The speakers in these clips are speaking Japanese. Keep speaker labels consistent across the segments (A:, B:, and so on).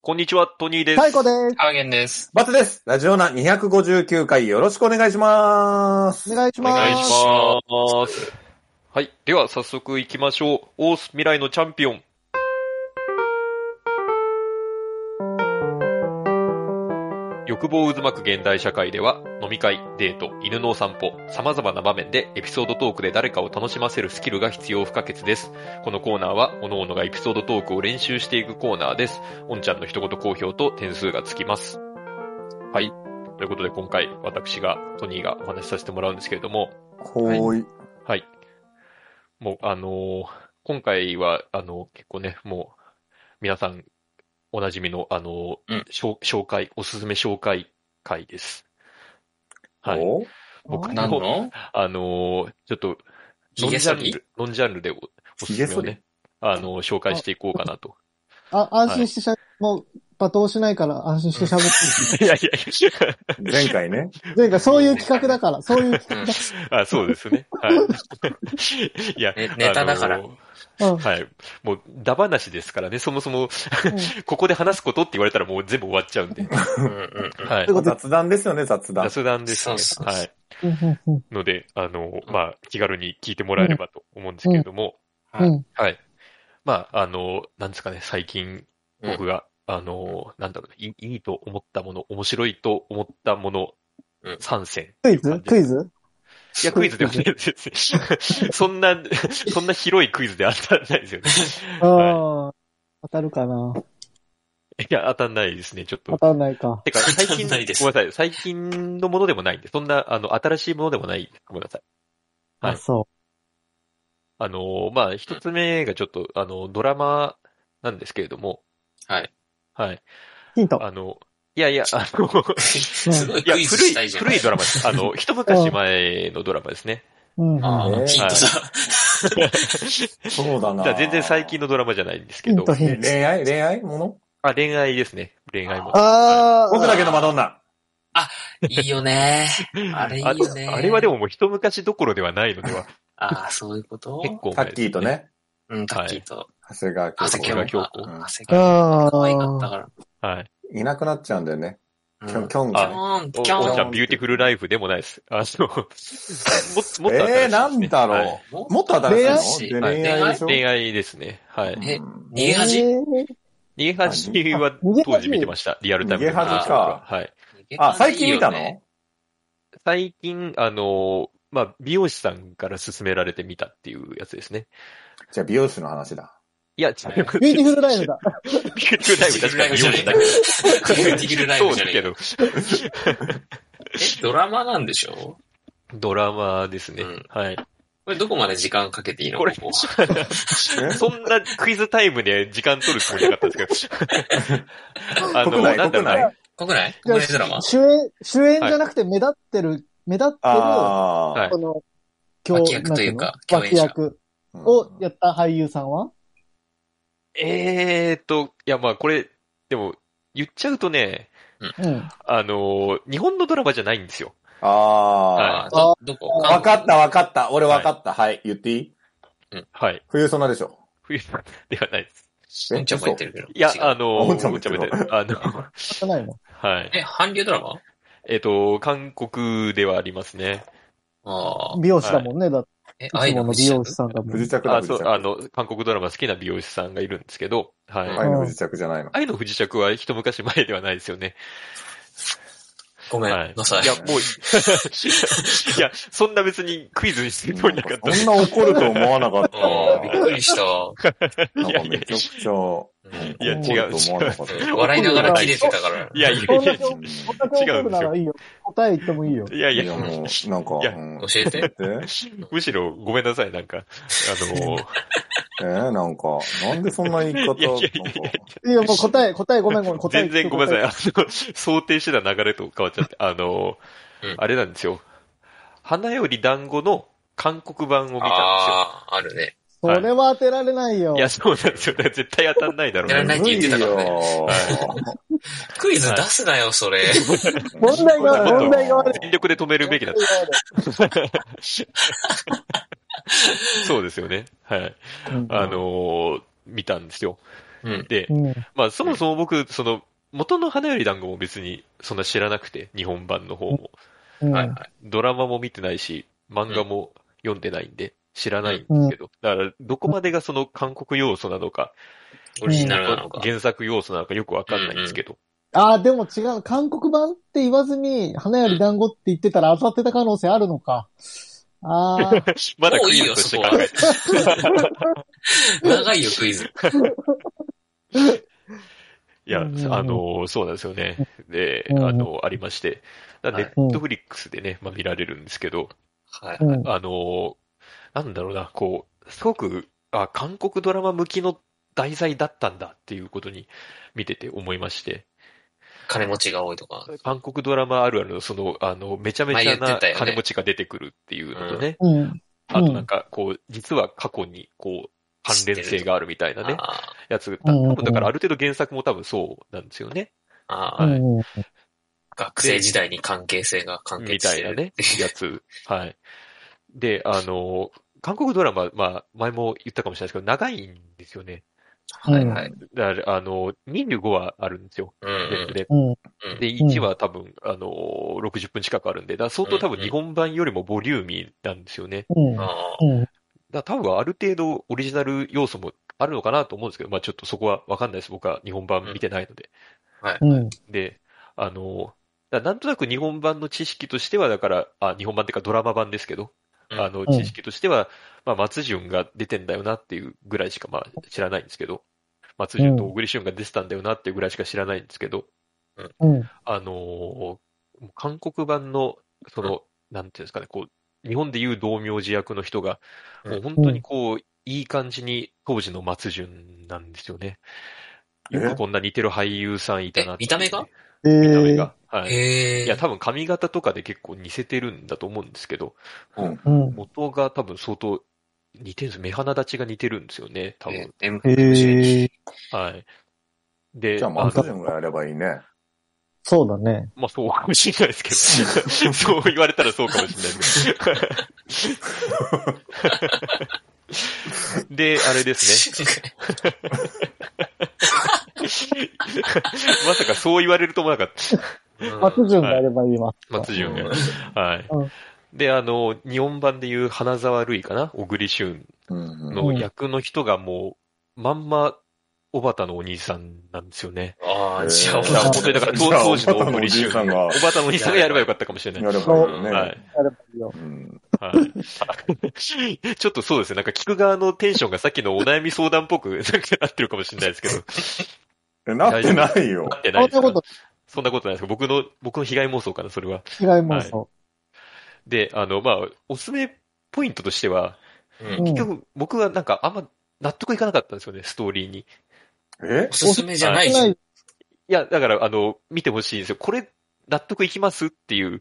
A: こんにちは、トニーです。
B: 太鼓で
C: ハーゲンです。
D: バツです。ラジオナ259回よろしくお願いします。
B: す。お願いし
A: お
B: ます。
A: 願いします。はい。では、早速行きましょう。オース未来のチャンピオン。欲望渦巻く現代社会では、飲み会、デート、犬のお散歩、様々な場面でエピソードトークで誰かを楽しませるスキルが必要不可欠です。このコーナーは、各々がエピソードトークを練習していくコーナーです。おんちゃんの一言好評と点数がつきます。はい。ということで、今回、私が、トニーがお話しさせてもらうんですけれども、
D: ほーい。
A: はい。もう、あのー今回は、あの結構ね、もう、皆さん、おなじみの、あのー
C: うん
A: 紹紹介、おすすめ紹介会です。はい。
D: お
A: 僕
C: 何
A: の、
C: の
A: あのーちょっと、ノ
C: ヒ
A: ンジ
C: ゲ
A: ャ
C: 剃
A: ン
C: り
A: ル、ノンジャンルでお、おすすめをね、あのー紹介していこうかなと。
B: あ、安心してしゃ、もう、罵倒しないから安心して喋っ
A: いやいやいや。
D: 前回ね。
B: て。前回そういう企画だから、そういう企
A: あ、そうですね。 はい。いや、
C: ねネタだから
A: あのー
B: 画。うん。
A: はい。もう、だ話ですからね、そもそも、
B: う
A: ここで話すことって言われたらもう全部終わっちゃうんで。
C: うんうん
A: はい
B: という。ことで
D: 雑談ですよね、雑談。
A: 雑談ですね。
C: そうそうそう
A: はい。
B: うんうん
A: ので、あの、まあ、気軽に聞いてもらえればと思うんですけれども、
B: うんうん
A: はい。まあ、あの、なんですかね、最近、
C: うん
A: 僕が、あの、なんだろうね、いいいと思ったもの、面白いと思ったもの
C: うん、
A: 参戦。
B: クイズクイズ
A: いや、クイズではない です。そんな、そんな広いクイズで当たらないですよね。は。
B: ああ、当たるかない
A: いや、当たんないですね、ちょっと
B: 当。たんないか。
A: てか、最近、
C: 当たんないです
A: ごめんなさい。最近のものでもないんで、そんな、あの、新しいものでもない。ごめんなさい。はい
B: あ、そ
A: あの、まあ、一つ目がちょっと、あの、ドラマなんですけれども、
C: はい。
A: はい。
B: う。ヒント。
A: あの、いやいや、あの、
C: すごい
A: いや、
C: クイズ
A: 古
C: したい
A: い、
C: じゃん。
A: 古いドラマです。あの、一昔前のドラマですね。
B: うん。
C: あ
D: ね
C: あ、ヒントさ。
D: そうだ
A: じ
D: な。
A: ゃあ全然最近のドラマじゃないんですけ
B: ヒン
A: ど
B: ト、、ヒ
D: え
B: ント。
D: 恋愛恋愛 もの
A: あ、恋愛ですね。恋愛もの。
B: ああ、
D: 僕だけのマドンナ。
C: いいよね。あれいいよね。
A: あれはでももう一昔どころではないのでは、
C: ああ、そういうこと
A: 結構
D: タ
A: 前で
D: ッ
A: す
D: キーと。ね、
C: うん、タッキーと。
D: 長谷川
C: 長
D: 京
C: 谷
D: 子
A: 京
C: 川
D: が
A: 子
C: 京子。
D: うん
C: 長谷川
B: あ
C: 可愛かった
B: あ、
C: から。
A: はい。
D: いなくなっちゃうんだよね。
C: う
D: キ
C: ん
D: ョン、キョン
C: キ
D: がね。
C: ョン、
A: おお
C: キョ
A: ち
C: ン。
A: ゃん、ビューティフルライフでもないです。あの、ももっと新しいですね
D: えー、なんだ
A: はい
D: ろう。もっと新しいの
A: 恋愛
D: 恋愛でしょ
A: 恋愛ですね。はい。
C: え
D: うん
C: 逃げ恥
B: え
A: 逃げ恥は当時見てました。リアルタイムで
D: 逃げ恥か
A: はい。
D: あ、最近見たの
A: 最近、あの、まあ、美容師さんから勧められてみたっていうやつですね。
D: じゃあ美容師の話だ。
A: いや、違。
C: はいう
B: ビューティフルラ イフだ。
A: ビューティフルライブ確かに美容師だけど。
C: ビューティフルライブじゃねえ
A: そうで
C: え、ドラマなんでしょ
A: すけど、ドラマですね。
C: うん
A: はい。
C: これどこまで時間かけていいの
A: これ
C: ここ
D: え
A: そんなクイズタイムで時間取るつもりなかったんですけ ど。あの、
D: 国内
A: なんだろう
D: 国内
A: な。
B: じゃ
C: 国内国
B: あ
C: 内ドラマ
B: 主演、主演じゃなくて目立ってる、目立ってる、
D: あ
A: は
D: あ
A: い。
B: この、
C: 脇役というか
B: 今日
C: 共演
B: な
C: 者
B: んていうの脇役
D: うん
B: をやった俳優さんは
A: えーっと、いや、まあ、これ、でも、言っちゃうとね、
B: うん。
A: あの、日本のドラマじゃないんですよ。
D: あ
C: ああ、どどこ
D: あ。わかったわかった。俺わかった。はい。言っていい
A: はい。
D: 冬ソナでしょ。
A: 冬のではないです。
C: おんちゃんも言ってるけど。
A: いや
C: 違、う
A: あの、
D: あもんちゃんも言ってる
A: もんちゃんも言ってるあの、
B: 知らないの。
A: はい。
C: え、韓流ドラマ
A: えっと、韓国ではありますね。
C: ああ。
B: 美容師だもんね、だって。
C: え、
B: いつもの美容師
C: ん。
B: さんだも
D: 不
B: ん
D: 時。着だ、
A: あ、
D: 不
A: そ
D: 時
A: う、
D: 着。
A: あの、韓国ドラマ好きな美容師さんがいるんですけど、はい。
D: 愛の不時着じゃないの。
A: 愛の不時着は一昔前ではないですよね。
C: ごめ
A: はい。
C: んなさい
A: い。や、もう、いや、そんな別にクイズにするようになかった。
D: そんな怒ると思わなかった
C: ああ、 びっ
D: な。
C: くりした。
D: なんかめちゃくちゃ怒
C: うん
A: いや、
D: る
A: 違う、
D: と思わ
A: 違
D: な
A: う。
D: かった。
C: 笑いながら切れてたから。
A: いやいや
B: こん
A: い
B: な
A: や
B: 表、
D: う
B: こ
D: ん
B: んな表ならいいよ。答え言ってもいいよ。
A: いやい
D: いや、
A: や、
D: もう、なんか、
A: いや
D: うん
C: 教えて。
D: で
A: むしろごめんなさい、なんか。あの、
D: えーなんか、なんでそんな言い方、
A: いやいやいや
D: なんか
B: いや、もう答え、答えごめんごめん、答え。
A: 全然ごめんなさい。
B: い。
A: あの、想定してた流れと変わっちゃって、あの、
C: うん
A: あれなんですよ。花より団子の韓国版を見たんですよ。
C: ああ、あるね。
B: それは当てられないよ。
A: いや、そうなんですよね。絶対当たんないだろう
C: やらないって言ってたからね
D: ね。
C: クイズ出すなよ、それ。
B: 問題が
A: 問
B: 題が悪
A: 全力で止めるべきだった。そうですよね。はい。
B: うん
A: あのー見たんですよ。
C: うん。
A: で、
B: うん。
A: まあそもそも僕、その、元の花より団子も別にそんな知らなくて、日本版の方も。
B: うん。
C: はいはい。
A: ドラマも見てないし、漫画も読んでないんで、知らないんですけど。だから、どこまでがその韓国要素なのか、
C: オリジナルなのか。
A: 原作要素なのかよくわかんないんですけど。
B: ああ、でも違う。韓国版って言わずに、花より団子って言ってたら当たってた可能性あるのか。ああ、
A: まだ
C: もう
A: クイ
C: いい
A: ズ
C: よ
A: として
C: そこ
A: 考
C: は
A: えて。
C: 長いよ、クイズ。
A: いや、あ
B: うんうんうん
A: の、そうなんですよね。で、
B: うんうん
A: あの、ありまして。ネ
C: はい
A: ットフリックスでね、まあ見られるんですけど、
C: はい。
B: うん。
A: あの、なんだろうな、こう、すごく、あ、韓国ドラマ向きの題材だったんだっていうことに見てて思いまして、
C: 金持ちが多いとか。
A: 韓国ドラマあるあるの、その、あの、めちゃめちゃ
C: 前言っ
A: な
C: てたよね
A: 金持ちが出てくるっていうのとね、
B: うん。
A: あとなんか、こう、実は過去に、こう、関連性があるみたいなね、
C: あ
A: やつ、
B: う
A: 多
B: んうんうん
A: 分だからある程度原作も多分そうなんですよね。
C: あ、ああ
B: う、ん。
C: 学生時代に関係性が関係
A: み
C: したて
A: いな
C: る
A: ね、やつ。はい。で、あの、韓国ドラマ、まあ、前も言ったかもしれないですけど、長いんですよね。
C: はいはい。
A: だから、あの、25話あるんですよ。
C: うんう
A: 全部
C: ん。
A: で。
B: うん。
C: うん
A: で、1話多分、あの、60分近くあるんで、だから相当多
C: う
A: 分
C: んうん
A: 日本版よりもボリューミーなんですよね。
B: うん。
C: あ
B: うん。
A: だから多分ある程度オリジナル要素もあるのかなと思うんですけど、まあちょっとそこはわかんないです。僕は日本版見てないので。
B: うん。
A: で、あの、だなんとなく日本版の知識としては、だから、あ、日本版っていうかドラマ版ですけど、
C: うん
A: あの、
B: ん
A: 知識としては、まあ、松潤が出てんだよなっていうぐらいしか、まあ、知らないんですけど、松潤と小栗旬が出てたんだよなっていうぐらいしか知らないんですけど、
B: うん。
A: あのー韓国版の、その、なんていうんですかね、こう、日本でいう道明寺役の人が、
C: うん
A: もう本当にこう、いい感じに当時の松潤なんですよね。
D: え
A: よくこんな似てる俳優さんいたなっていう
C: え見た目が
B: え
A: 見た目
B: え。
A: が。はい。
C: へえ。
A: いや、多分髪型とかで結構似せてるんだと思うんですけど、
D: うん。
B: うん。
A: 元が多分相当似てるんです。目鼻立ちが似てるんですよね、多分。
C: えー M-
B: ええ。
A: はい。で、
D: じゃあ、
A: あ
D: マン
A: の
D: トジュンがやればいいね。
B: そうだね。
A: まあそうかもしれないですけど、 そう言われたらそうかもしれない ですけど。で、あれですね。 まさかそう言われると思わなかった。
C: うん
B: 松潤がやれば言います。
A: 松潤が。
D: う
A: はい
B: うん。
A: で、あの、日本版でいう花沢類かな小栗旬
D: んうん。
A: の役の人がもう、まんま、おばたのお兄さんなんですよね。
C: ああ、
D: えー
C: じゃあ、
A: いや本当にだから当当時の小栗
D: じゃ
A: 旬。
D: あ
A: お
D: おばたのおじい
A: ばたのお兄さんがやればよかったかもしれ
D: さ
A: なんい。
D: が
A: は
D: やればいいね。
A: い。
B: やればいいよ。
D: うん
A: はい。 ちょっとそうですね。なんか聞く側のテンションがさっきのお悩み相談っぽく なんかなってるかもしれないですけど。
D: え、なってないよ
A: な。ってない
B: そ
A: ですか
B: んなこと、
A: そんなことないですか僕の、僕の被害妄想かな、それは。
B: 被害妄想。
A: で、あの、まあ、おすすめポイントとしては、
C: うん
A: 結局僕はなんかあんま納得いかなかったんですよね、ストーリーに。い
D: え
C: おすすめじゃないじゃん。
B: い。
A: や、だから、あの、見てほしいんですよ。これ、納得いきますっていう、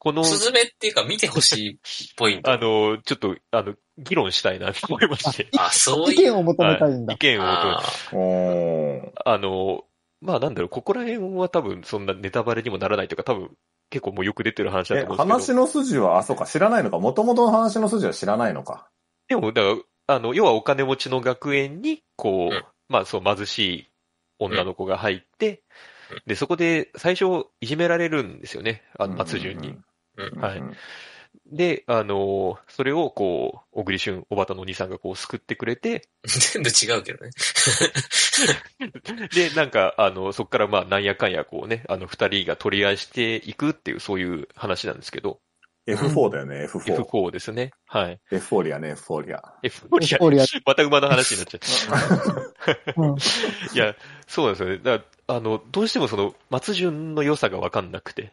A: この
C: お、すすめっていうか見てほしいポイント。
A: あの、ちょっと、あの、議論したいなと思いまして。
C: あ、そう
B: 意
C: いう。
B: 見を求めたいんだ
A: 意。見を求め
C: あ
D: おー
A: あの、まあなんだろう、ここら辺は多分そんなネタバレにもならないというか、多分結構もうよく出てる話だ
D: え
A: と、思うんですけ
D: 話
A: ど。
D: の筋は、あ、そうか、知らないのか。もともとの話の筋は知らないのか。
A: でも、だから、あの、要はお金持ちの学園に、こう、
C: うん
A: まあそう貧しい女の子が入って、で、そこで最初いじめられるんですよね、あの、松潤に。
D: うんうんうん。
A: はいで、あの、それをこう、小栗旬、おばたのお兄さんがこう救ってくれて、
C: ー全部違うけどね。
A: で、なんか、あの、そこからまあなんやかんやこうね、あの二人が取り合いしていくっていう、そういう話なんですけど、
D: F4 だよね、F4。
A: F4 ですね。はい。
D: エフフォーリアね、エフフォーリア。
A: エフフォリア
B: エフフォリア
A: また馬の話になっちゃっ
B: うん。
A: た。いや、そうなんですよね。だからあの、どうしてもその、松潤の良さがわかんなくて。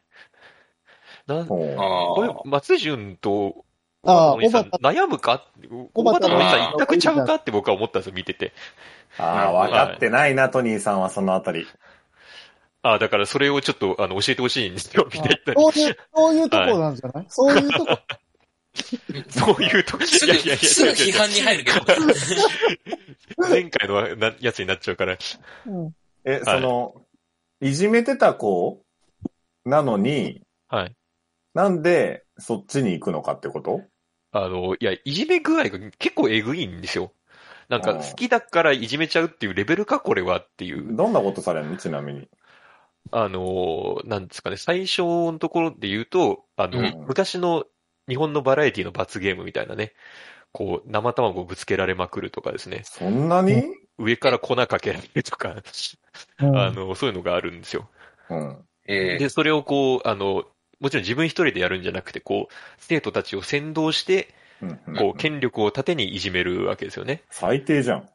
A: な、こ
D: おー
C: あ
A: れ
C: あ。、
A: 松潤と、
B: ああ、
A: 小畑のお兄さ
B: おば
A: ん
B: た。
A: 悩むか小
B: 小
A: 畑
B: 畑
A: のお兄さん
C: あ
A: 一択ちゃうかって僕は思ったんですよ、見てて。
D: ああ、わかってないな、トニーさんはそのあたり。
A: ああ、だからそれをちょっと、あの、教えてほしいんです よ、みたいな。
B: そういう、そういうとこなんじゃないそういうとこ。
A: そういうと、い
C: すぐ、
A: やいやい
C: すぐ
A: や、
C: 批判に入るけど。
A: 前回のなやつになっちゃうから。
B: うん。
D: え、その、いじめてた子なのに、
A: はい。
D: なんでそっちに行くのかってこと
A: あの、いや、いじめ具合が結構えぐいんですよ。なんか
D: あー
A: 好きだからいじめちゃうっていうレベルか、これはっていう。
D: どんなことされるのちなみに。
A: あのー、なんですかね、最初のところで言うと、あの、
D: うん
A: 昔の日本のバラエティの罰ゲームみたいなね、こう、生卵をぶつけられまくるとかですね、
D: そんなに
A: 上から粉かけられるとか、
B: うん
A: あの、そういうのがあるんですよ。
D: うん。
C: ええ
A: で、それをこう、あの、もちろん自分一人でやるんじゃなくて、こう、生徒たちを先導して、
D: うんうん
A: こう、権力を盾にいじめるわけですよね。
D: 最低じゃん。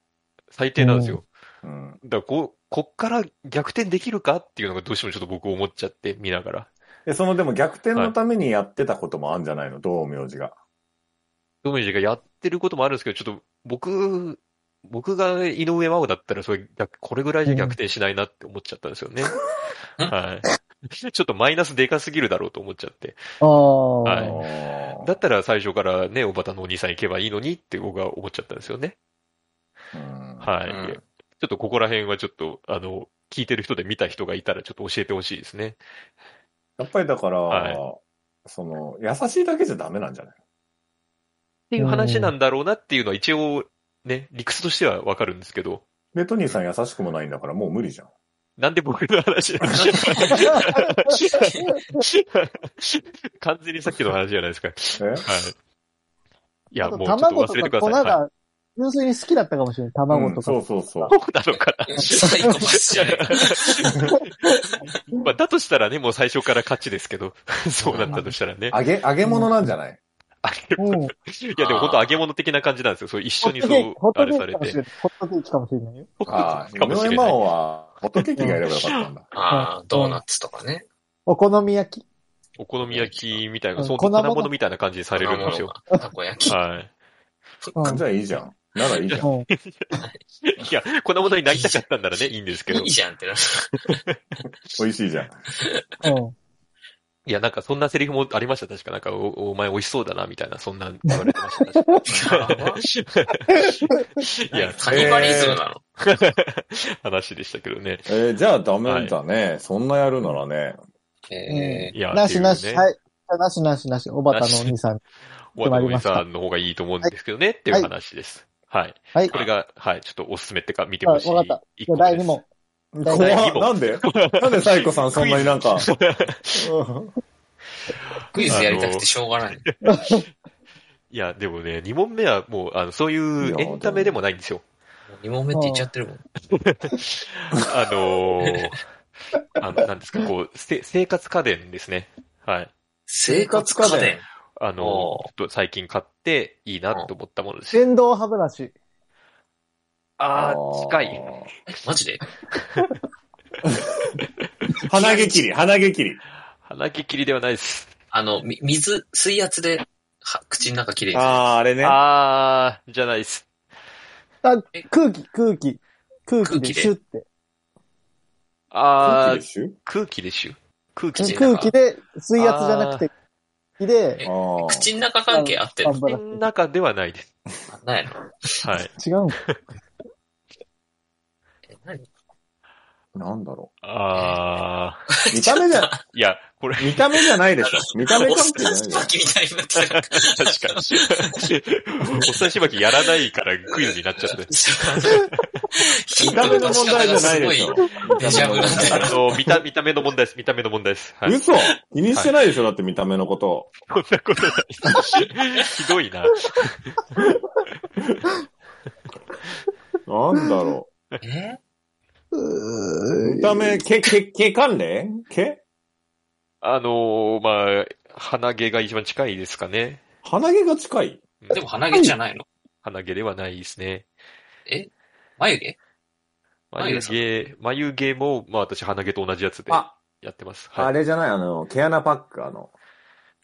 A: 最低なんですよ。
D: うん。
A: だからこう、こっから逆転できるかっていうのがどうしてもちょっと僕思っちゃって、見ながら。
D: で、そのでも逆転のためにやってたこともあるんじゃないの道明寺が。
A: ドミジがやってることもあるんですけど、ちょっと僕、僕が井上真央だったら、それ、逆これぐらいじゃ逆転しないなって思っちゃったんですよね。
C: うん
A: はい。 ちょっとマイナスでかすぎるだろうと思っちゃって。
B: ああ、
A: はい
D: あー
A: だったら最初からね、おばたのお兄さん行けばいいのにって僕は思っちゃったんですよね。
D: うん
A: はい。
C: うん
A: ちょっとここら辺はちょっと、あの、聞いてる人で見た人がいたらちょっと教えてほしいですね。
D: やっぱりだから、
A: は
D: その、優しいだけじゃダメなんじゃない
A: っていう話なんだろうなっていうのは一応、ね、理屈としてはわかるんですけど、
D: で、トニーさん優しくもないんだからもう無理じゃん。
A: なんで僕の話なんでしょう完全にさっきの話じゃないですか。
D: え
A: はい。いや、
B: あと
A: もうちょっと
B: 卵と
A: 忘れてく
B: か
A: ださ
B: 粉
A: い。はい
B: が、純粋に好きだったかもしれない。卵とか。
D: うんそうそうそう。
A: そうなのかな
C: サイコパスじゃない。
A: まあ、だとしたらね、もう最初から勝ちですけど、そうなったとしたらね。
D: 揚げ、揚げ物なんじゃない、
A: あれも
B: うん
A: いや、でも本当揚げ物的な感じなんですよ。そう、一
B: ホ
A: 緒に
B: ット
A: そう、
B: ケ
A: あ
B: ー
A: れ
B: キ
A: され。
B: かもしてれない。ホットケーキかもしれないよ。
D: ああ、井
A: かもし
D: 上
A: れ
D: 真
A: ない。
D: 央は、ホットケーキがいればよかったんだ。
C: ああ、ドーナツとかね。
B: お好み焼き。
A: お好み焼きみたいな、
B: うん
A: そう、粉
B: 粉物
A: 物みたいな感じにされるんですよ。
C: たこ焼き。
A: はい。
B: うん
D: じゃあいいじゃん。ならいいじゃん。
B: うん
A: いや、粉物になりたかったんならね、いいんですけど。
C: いいじゃんってなる。
D: 美味しいじゃん。
B: うん
A: いや、なんかそんなセリフもありました、確か。なんか、おお前美味しそうだな、みたいな、そんな言われてました確か。いや、
C: カニバリズムなの。
A: 話でしたけどね。
D: えーじゃあダメだね、そんなやるならね。
C: え
A: いや、
B: なしなし。
A: っていうね
B: はい。なしなしなし。おばたのお兄さん。
A: 小和田森さんの方がいいと思うんですけどね、っていう話です。はい。
B: はい
A: こ。れが、はい、ちょっとおすすめってか見てほしい。
B: あわかっ
A: 一
B: じゃ
A: 個
B: あ
A: です
B: 第2問。
D: 怖っ
A: 第二問
D: なんでなんでサイコさんそんなになんか。うん
C: えクイズやりたくてしょうがない。
A: いや、でもね、2問目はもう、あの、そういうエンタメでもないんですよ。
C: 2問目って言っちゃってるもん。
A: あの ー、あの、なんですか、こう、せ生活家電ですね。はい。
C: 生活家電。
A: あのー、ち
C: お
A: ょっと最近買っていいなと思ったものです。
B: 電動歯ブラシ。
A: あー、近い。。
C: マジで
D: 鼻毛切り、鼻毛切り。
A: 鼻毛切りではないです。
C: あの、み水、水圧で、は口の中きれいに
D: あ
C: する。
D: あ、あれね。
A: あー、じゃないです。
B: あ
C: え
B: 空気、空気。空気
C: 空
B: で
C: 気で
B: シュって。
A: あー
D: 空気で、しょ
A: 空気でしゅ。空気
C: 口
A: で
C: の
B: 空気
C: 中
B: で、水圧じゃなくて、気で、
D: あー
C: 口の中関係合ってる
B: 歯
C: の
B: ブラ
A: 口
B: シ
A: の中ではないです。
C: ないの
A: はい。
B: 違うの
C: え何
D: なんだろ
A: あー。
D: う。見た目じゃ、
A: いや、これ、
D: 見た目じゃないでしょ。見た目
C: お
D: 関
C: っ
D: 係じゃないでし
C: さんきみたいになって
A: 確
C: る。
A: かに。おっさんしばきやらないからクイズになっちゃって。
D: ょ。
C: ヒ
D: 見
C: ン
D: た
C: ト
D: 目
C: の出
D: の問
C: し
D: 題
C: 方
D: じゃ
C: がす
D: ないで
C: ご
D: し
C: い
D: ょ。。
C: デジャブなんだ
A: あの、見た、見た目の問題です。見た目の問題です。はい。
D: 嘘気にしてないでしょだって見た目のこと。
A: そんなことない。ひどいな。
D: なんだろ
C: え
D: う。見た目、け、け、け関連け
A: あのー、まあ、鼻毛が一番近いですかね。
D: 鼻毛が近い
A: うん
C: でも鼻毛じゃないの
A: 鼻毛ではないですね。眉
C: 眉毛
A: 毛、眉毛も、まあ私鼻毛と同じやつで
D: あ、
A: やってます。は
D: あ
A: い。
D: れじゃないあの、毛穴パック、あの、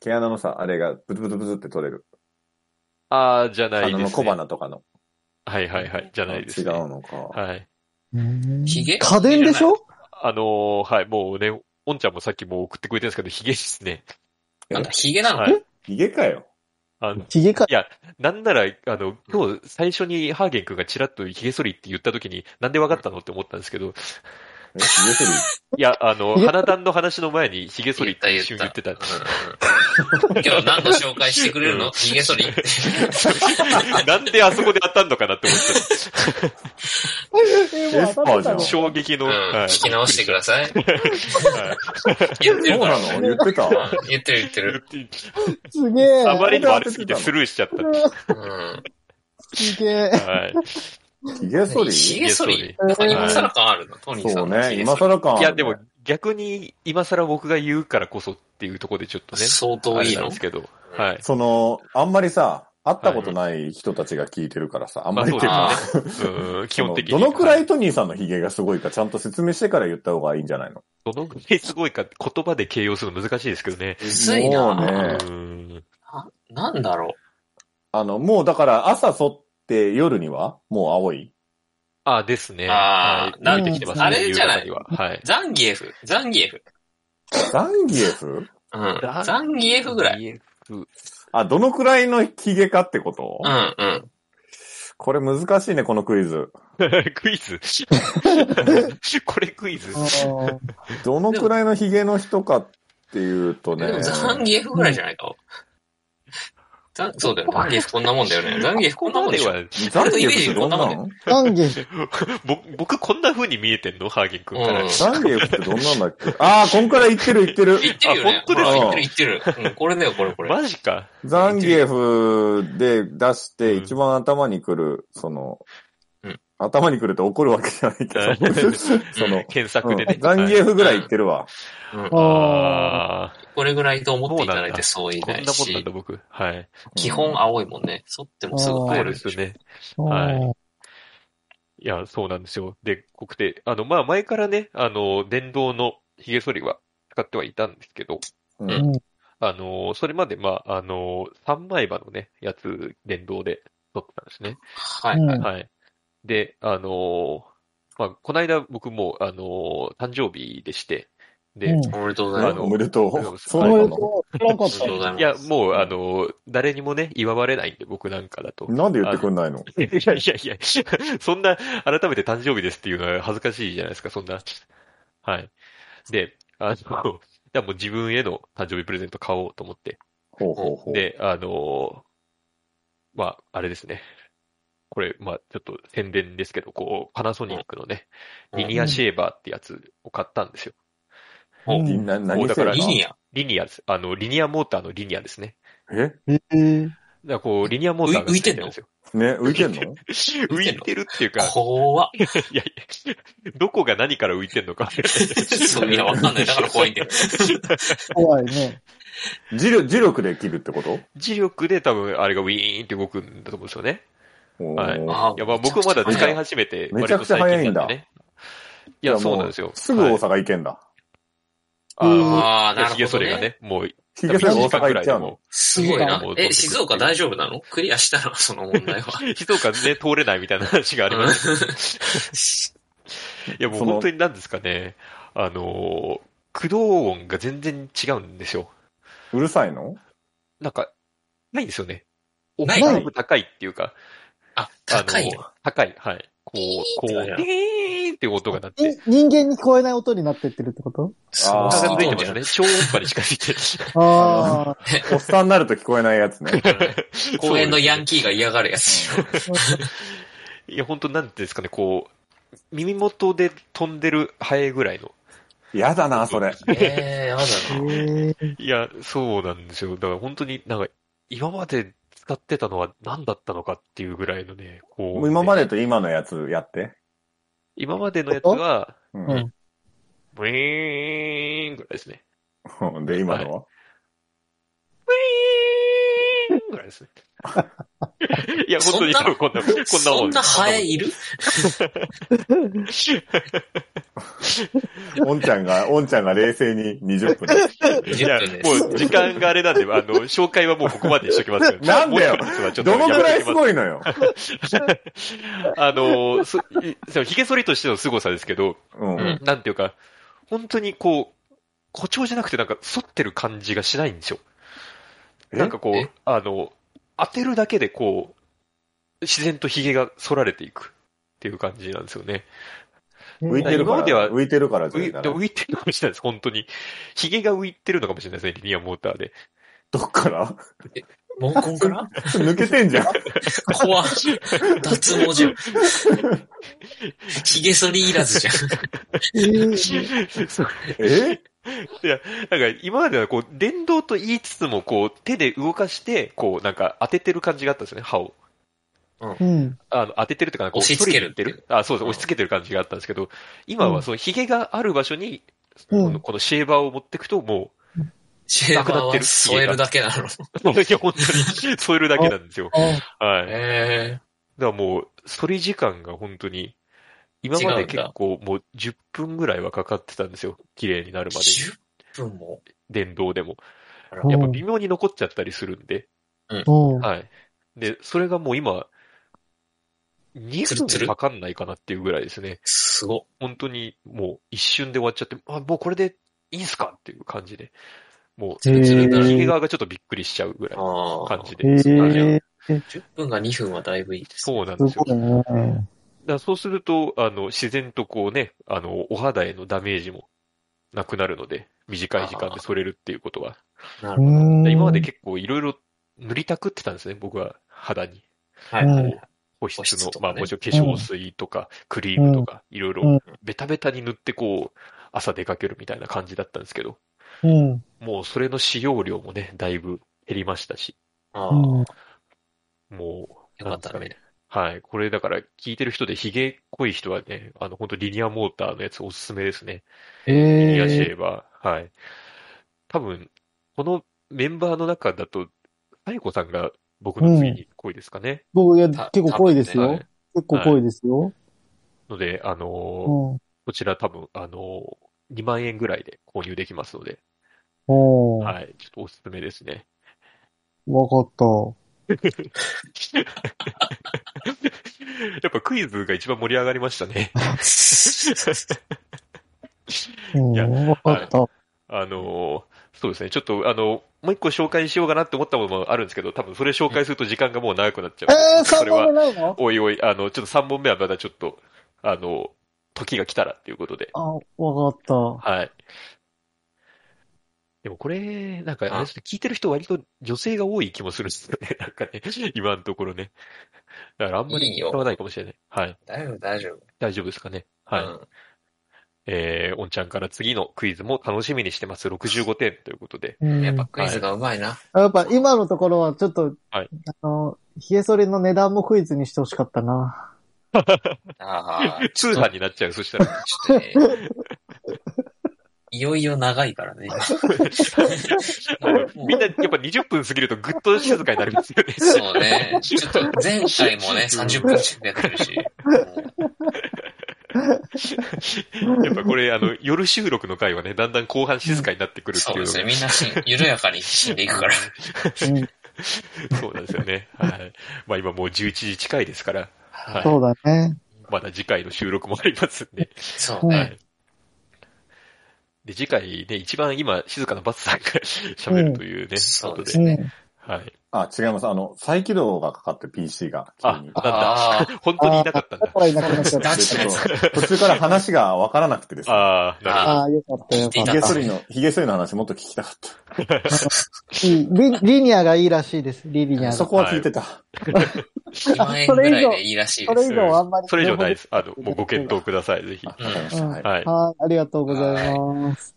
D: 毛穴のさ、あれがブツブツブツって取れる。
A: あー、じゃ
D: あ
A: ないです、
D: の
A: ね。
D: 小鼻とかの。
A: はいはいはい。じゃないです、ね。
D: 違うのか。
A: はい。
C: ヒゲ
B: 家電でしょ
A: あのーはい、もうね、おんちゃんもさっきもう送ってくれてるんですけど、ヒゲですね。
C: なんだ、ヒゲなの、
A: はい。
D: ヒゲかよ。
A: あの、
B: ヒゲか。
A: なんなら、あの、今日最初にハーゲン君がチラッとヒゲ剃りって言った時に、なんでわかったのって思ったんですけど、
D: え、ひげ剃り
A: いや、あの、
B: いや
A: 花壇の話の前にヒゲ剃りって一瞬言ってた。
C: うん今日何の紹介してくれる
A: う
C: のヒゲ剃りって。
A: なんであそこで当たんのかなって思っ
B: え、もう当たってた
A: た。
B: の
D: エス
A: 衝撃の。
C: うん
A: はい
C: 聞き直してください。
A: はい
C: 言って る
D: そう
C: から。
D: なの言ってた。
C: うん言ってる言ってる。
B: すげえ。
A: あまりにもあれすぎてスルーしちゃっ
C: うん。
B: すげえ。
A: た。はい。
D: ひげ剃り
C: ヒ
A: ゲ
C: ゲ
A: 剃
C: 剃
A: り
C: り
B: うん
C: 今更感あるのトニーさん。
D: そうね、今更感あるね。
A: いや、でも逆に今更僕が言うからこそっていうところでちょっとね。
C: 相当
A: あ
C: い
A: れ
C: い
A: なん
C: の
A: ですけど。はい。
D: その、あんまりさ、会ったことない人たちが聞いてるからさ、あんまりっていう
A: ま
D: か
A: あ、そうですね。 うん基本的に。
D: そのどのくら
A: はい
D: トニーさんのヒゲがすごいかちゃんと説明してから言った方がいいんじゃないの
A: どのくらいすごいかって言葉で形容するの難しいですけどね。
C: むずいな
D: もうねええ
A: うん
C: ななんだろ
D: あの、もうだから朝剃って夜にはもう青い。
A: あ、ですね。
C: あー
A: はい
B: なん
A: 見えてきてます
C: あれじゃない。。
A: 夕方には。はいう
C: ザンギエフ。ザンギエフ。
D: ザンギエフ
C: うん
A: ザン。
C: ザンギエフぐらい。
A: い。
D: あ、どのくらいのヒゲかってこと、
C: うんうん。
D: これ難しいね、このクイズ。
A: クイ ズこれクイズ
B: うん
D: どのくらいのヒゲの人かっていうと
C: で
D: ね
C: も、ザンギエフぐらいじゃないか。ザンそうだよ。ザンギエフこんなもんだよね。ザンギエフこんなもんでしょ。
D: ザンギエフってどん
C: 俺のイメージこんな
D: な
C: もんだ
D: の
B: 懺悔。
A: 僕、僕こんな風に見えてんのハーゲン君
C: うん。
A: から。
D: ザンギエフってどんなんだっけああ、こんくらい言ってる言ってる。
C: 言ってるよね。
A: あ本当です
D: か
C: ほら言ってる言ってる。うん、これだよ、これこれ。
A: マジか。
D: ザンギエフで出して一番頭にくる、その
C: うん、
D: 頭にくると怒るわけじゃないけ
A: はい
D: ど、 その、
A: 検索でね
D: うん。ザンギエ
A: はい
D: フぐらい言ってるわ。
C: うん
B: あ
A: あー
C: これぐらいと思っていただいてそうい
A: こ
C: なんい
A: なもんなん
C: し
A: だ、、僕。はい。
C: 基本青いもんね。剃ってもすぐ
A: そ
C: 帰
A: うで
C: る
A: すよね。
B: ー
A: はいいや、そうなんですよ。で、濃くて、あの、まあ、前からね、あの、電動の髭剃りは使ってはいたんですけど、
D: う。
C: うん
B: うん
A: あの、それまで、まあ、あの、三枚刃のね、やつ、電動で撮ってたんですね。
C: はい。
B: うん
A: はい。で、あの、まあ、この間僕も、あの、誕生日でして、で、
B: うん
C: おめでとうござい
A: あ
C: ます。
A: の
D: おめでと
A: そう
D: う。
B: お
D: そう
B: め
D: な
B: で
D: の
B: とう。知らんかっ
C: おめでとうござい
B: た。
C: ます。
A: いや、もう、あの、誰にもね、祝われないんで、僕なんかだと。
D: なんで言ってくんないの
A: いやいやいや、そんな、改めて誕生日ですっていうのは恥ずかしいじゃないですか、そんな。はい。で、あの、じゃあもう自分への誕生日プレゼント買おうと思って。
D: ほうほうほう。
A: で、あの、まあ、あれですね。これ、まあ、ちょっと宣伝ですけど、こう、パナソニックのね、
C: うん
A: リニアシェーバーってやつを買ったんですよ。
C: う
B: うん
D: な
A: もう
D: 何
A: だ
D: だ
A: か
D: からら
C: リニア。
A: リニアです。あの、リニアモーターのリニアですね。
D: え
B: えー
A: だからこう、リニアモーターが
C: 浮い浮いてんの
A: つてる
D: ね、浮いてんの
A: ですよ。 浮
C: 浮いてん
A: い
C: の
A: てるっていう か、
C: 怖っ。
A: いやいや、どこが何から浮いてんのか。
C: そういや、わかんない。だから怖いんだよ。
B: 怖いね。
D: 磁力、磁力で切るってこと
A: 磁力で多分あれがウィーンって動くんだと思うんですよね。
D: お
A: はい
D: ー
C: あ
A: いや、まあ僕まだ使い始めて、
D: めちゃくちゃ早いんだ
A: 割と最近なんでね。いや、
D: も
A: そうなんですよ。
D: すぐ
A: はい
D: 大阪行けんだ。
A: あー
C: ああ、な
A: ヒゲ
C: る
A: 剃
C: ほど、
A: りが
C: ね。
A: ね、もう、
D: ヒゲ剃り大阪行っちゃうの
A: も
C: すごいな
A: もう。
C: え、静岡大丈夫なのクリアしたのその問題は。
A: う、静岡ね、通れないみたいな話 があります。いや、もう
D: その
A: 本当になんですかね、あのー、駆動音が全然違うんですよ。
D: うるさいの
A: なんか、ないんですよね。
C: ない
B: ない
A: だいぶ高いっていうか、
C: あ、
A: あの
C: 高いね。
A: 高い、はい。こう、こう、
C: ピ
A: ピ
C: ーンってなる
A: ーンって音が鳴って、
B: い人間に聞こえない音になってってるってこと
D: あー
A: お腹
D: 近
A: が出
D: づ
A: てますね。超音波に近づいてる。
B: ああ。
D: おっさんになると聞こえないやつね。
C: 公園のヤンキーが嫌がるやつ。
A: いや、本当なんていうんですかね、こう、耳元で飛んでるハエぐらいの。
D: やだな、それ。
C: ええー、や
B: え
C: だな。
B: ー
A: いや、そうなんですよ。だから本当になんか、今まで使ってたのは何だったのかっていうぐらいのね、こう、
D: もう今までと今のやつやって。
A: 今までのやつは、
D: う
B: うんん
A: ブイーンぐらいです ね。
D: で、今のは
A: ブイーンぐらいですね。いや、本当に多分こんな、こんなも
C: そ
A: ん
C: ん
A: で
C: な
A: す。
C: ハエいる
D: おんちゃんが、おんちゃんが冷静に20分
A: いや、もう時間があれなんで、あの、紹介はもうここまでにしときますけど。
D: なんだよ
A: もう一つはちょっと
D: どのくら
A: やめ
D: いす
A: とき
D: ごいのよ。
A: ますあの、す、いその、髭剃りとしての凄さですけど、
D: うん。
C: うん
A: なんていうか、本当にこう、誇張じゃなくてなんか反ってる感じがしないんですよ。
D: え
A: なんかこう
C: え、
A: あの、当てるだけでこう、自然と髭が反られていくっていう感じなんですよね。
D: 浮いてるか
A: 今までは
D: ら、浮いてるからじ
A: 浮
D: ゃないいかな
A: 浮いてるのかもしれないです、本当に。髭が浮いてるのかもしれないですね、リニアモーター で。
D: どっから
C: 毛根から
D: 抜けてんじゃん。
C: 怖っ脱毛じゃん。髭剃りいらずじゃん。
B: えー
A: そう
D: え
A: いや、なんか今まではこう、電動と言いつつも、こう、手で動かして、こう、なんか当ててる感じがあったんですよね、歯を。
B: うん。
A: あの、当ててるっていうか、こう、
C: 押し付ける
A: 反りにいってる。あ、そうです、
C: うん
A: 押し付けてる感じがあったんですけど、今はその髭がある場所に、
B: うん
A: このこのシェーバーを持ってくと、も
C: シェーバーは添えるだけなの。
A: う、 いや、本当 に添えるだけなんですよ。
B: あ
A: はい。だか
C: え
A: らもう、反り時間が本当に、今ま
C: 違う
A: で
C: んだ
A: 結構もう10分ぐらいはかかってたんですよ。綺麗になる
C: ー、
A: までに。
C: 10分も。
A: 電動でも。
C: うん
A: やっぱ微妙に残っちゃったりするんで。
B: うん。
A: はい。で、それがもう今、
C: ツルツ
A: 2分
C: ル
A: かかんないかなっていうぐらいですね。
C: すごっ。
A: 本当にもう一瞬で終わっちゃって、あ、もうこれでいいんすかっていう感じで。もう、
B: へー
A: ツルツル髭側がちょっとびっくりしちゃうぐらいの
C: ああ
A: 感。じ
B: え
A: で。
B: ー、
C: 10分が2分はだいぶいいです。
A: そうなんです
B: す
A: よ。
B: ごい
A: だ
B: ね。
A: からそうすると、あの、自然とこうね、あの、お肌へのダメージもなくなるので、短い時間で剃れるっていうことは。
C: な
B: う
C: るほど。
B: ん。
A: 今まで結構いろいろ塗りたくってたんですね、僕は肌に。
C: はいはいはい。
A: 保湿の、
C: 保湿とか
A: ま
C: ね
A: あもちろん化粧水とか、クリームとか、いろい
B: うん
A: ろベタベタに塗ってこう、朝出かけるみたいな感じだったんですけど、
B: うん。
A: もうそれの使用量もね、だいぶ減りましたし、
C: あ
B: うん。
C: あ、
A: もう、
C: よかった
A: なんです
C: ね
A: か。はい。これだから聞いてる人でヒゲ濃い人はね、あの、本当リニアモーターのやつおすすめですね。リニアシェ
B: えー、
A: ーバー。はい。多分、このメンバーの中だと、サイコさんが僕の次に濃いですかね。
B: 僕、いや、
C: た
B: 結構濃いです
C: 多分
B: よ。
A: ねはい
B: 結構濃いですよ。
A: ので、あのー
B: うん。
A: こちら多分、あのー2万円ぐらいで購入できますので、
B: おー。
A: はい、ちょっとおすすめですね。
B: わかった。
A: やっぱクイズが一番盛り上がりましたね。
B: うん、
A: いや
B: わかった。
A: あのーそうですね、ちょっと、あのもう一個紹介しようかなって思ったものもあるんですけど、多分それ紹介すると時間がもう長くなっちゃう。
B: えー、
A: そ
B: 3
A: れ
B: 問
A: は、
B: 目ないの
A: おいおい、あの、ちょっと3本目はまだちょっと、あの時が来たらっていうことで。
B: あ、わかった。
A: はい。でもこれ、なんか、あれですね聞いてる人割と女性が多い気もするんですよね。 なんかね、今のところね。だからあんま
C: いい
A: り
C: よ
A: 使わないかもしれない。はい。
C: 大丈夫、大丈夫。
A: 大丈夫ですかね。はい。
C: うん
A: えー、おんちゃんから次のクイズも楽しみにして ます。65点ということで。
B: うん、
C: やっぱクイズがうまいな。
B: やっぱ今のところはちょっと、
A: はい
B: あの、ヒゲ剃りの値段もクイズにしてほしかっ たな。
C: ああ、
A: 通販になっちゃう、そした ら。
C: ちょっとね。いよいよ長いからね。今
A: みんな、やっぱ20分過ぎるとぐっと静かになりますよ ね。
C: そうね。ちょっと前回もね、30分近くやってるし。
A: やっぱこれ、あの、夜収録の回はね、だんだん後半静かになってくるって
C: そ
A: い
C: う
A: う
C: で
A: の
C: す
A: が
C: ね。みんなし緩やかに死んでいくから。
B: うん、
A: そうなんですよね。はい。まあ今もう11時近いですから、はい。
B: そうだね。
A: まだ次回の収録もありますんで。
C: そう
B: うん
A: は
C: ね。
A: い。で、次回ね、一番今、静かなバツさんが喋るというね、
C: そう
A: こと
C: で
A: で。
C: すね。
A: はい。
D: あ、違います。あの、再起動がかかって PC が。急
A: あ、なん
D: に
A: だ。本当にいなかったん
B: だ
A: だ
B: か。らいなくなっちゃった。
C: ガチなやつ
D: でちょっと途中から話がわからなくてですね。
A: ああ、なるほど。
B: ああ、よかったよか
C: い
B: っ
C: い
D: ヒ
C: な
B: た
D: ゲ剃りの、ヒゲ剃りの話もっと聞きたかっ
B: リ。リニアがいいらしいです、リニア
D: た。
B: が。
D: そ
B: そ
D: こは聞いてた。
C: 2万円ぐらいでいいらしいで
B: れ以
C: す。
B: 上あんまり。
A: それ以上ないです。あの、もうご検討ください、ぜひ。
D: あわかりまし
B: う
D: た。
B: ん
D: はい。
A: はい。
B: はい、ありがとうございます。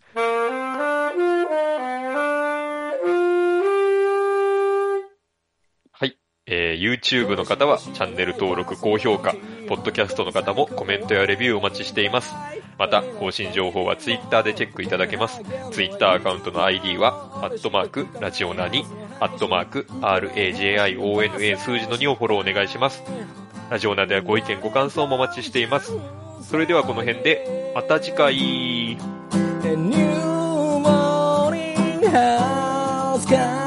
A: えー YouTube の方はチャンネル登録、高評価、ポッドキャストの方もコメントやレビューお待ちしています。また、更新情報は Twitter でチェックいただけます。Twitter アカウントの ID は、アットマーク、ラジオナに、アットマーク、RAJIONA 数字の2をフォローお願いします。ラジオナではご意見、ご感想もお待ちしています。それではこの辺で、また次回。
E: A new morning has come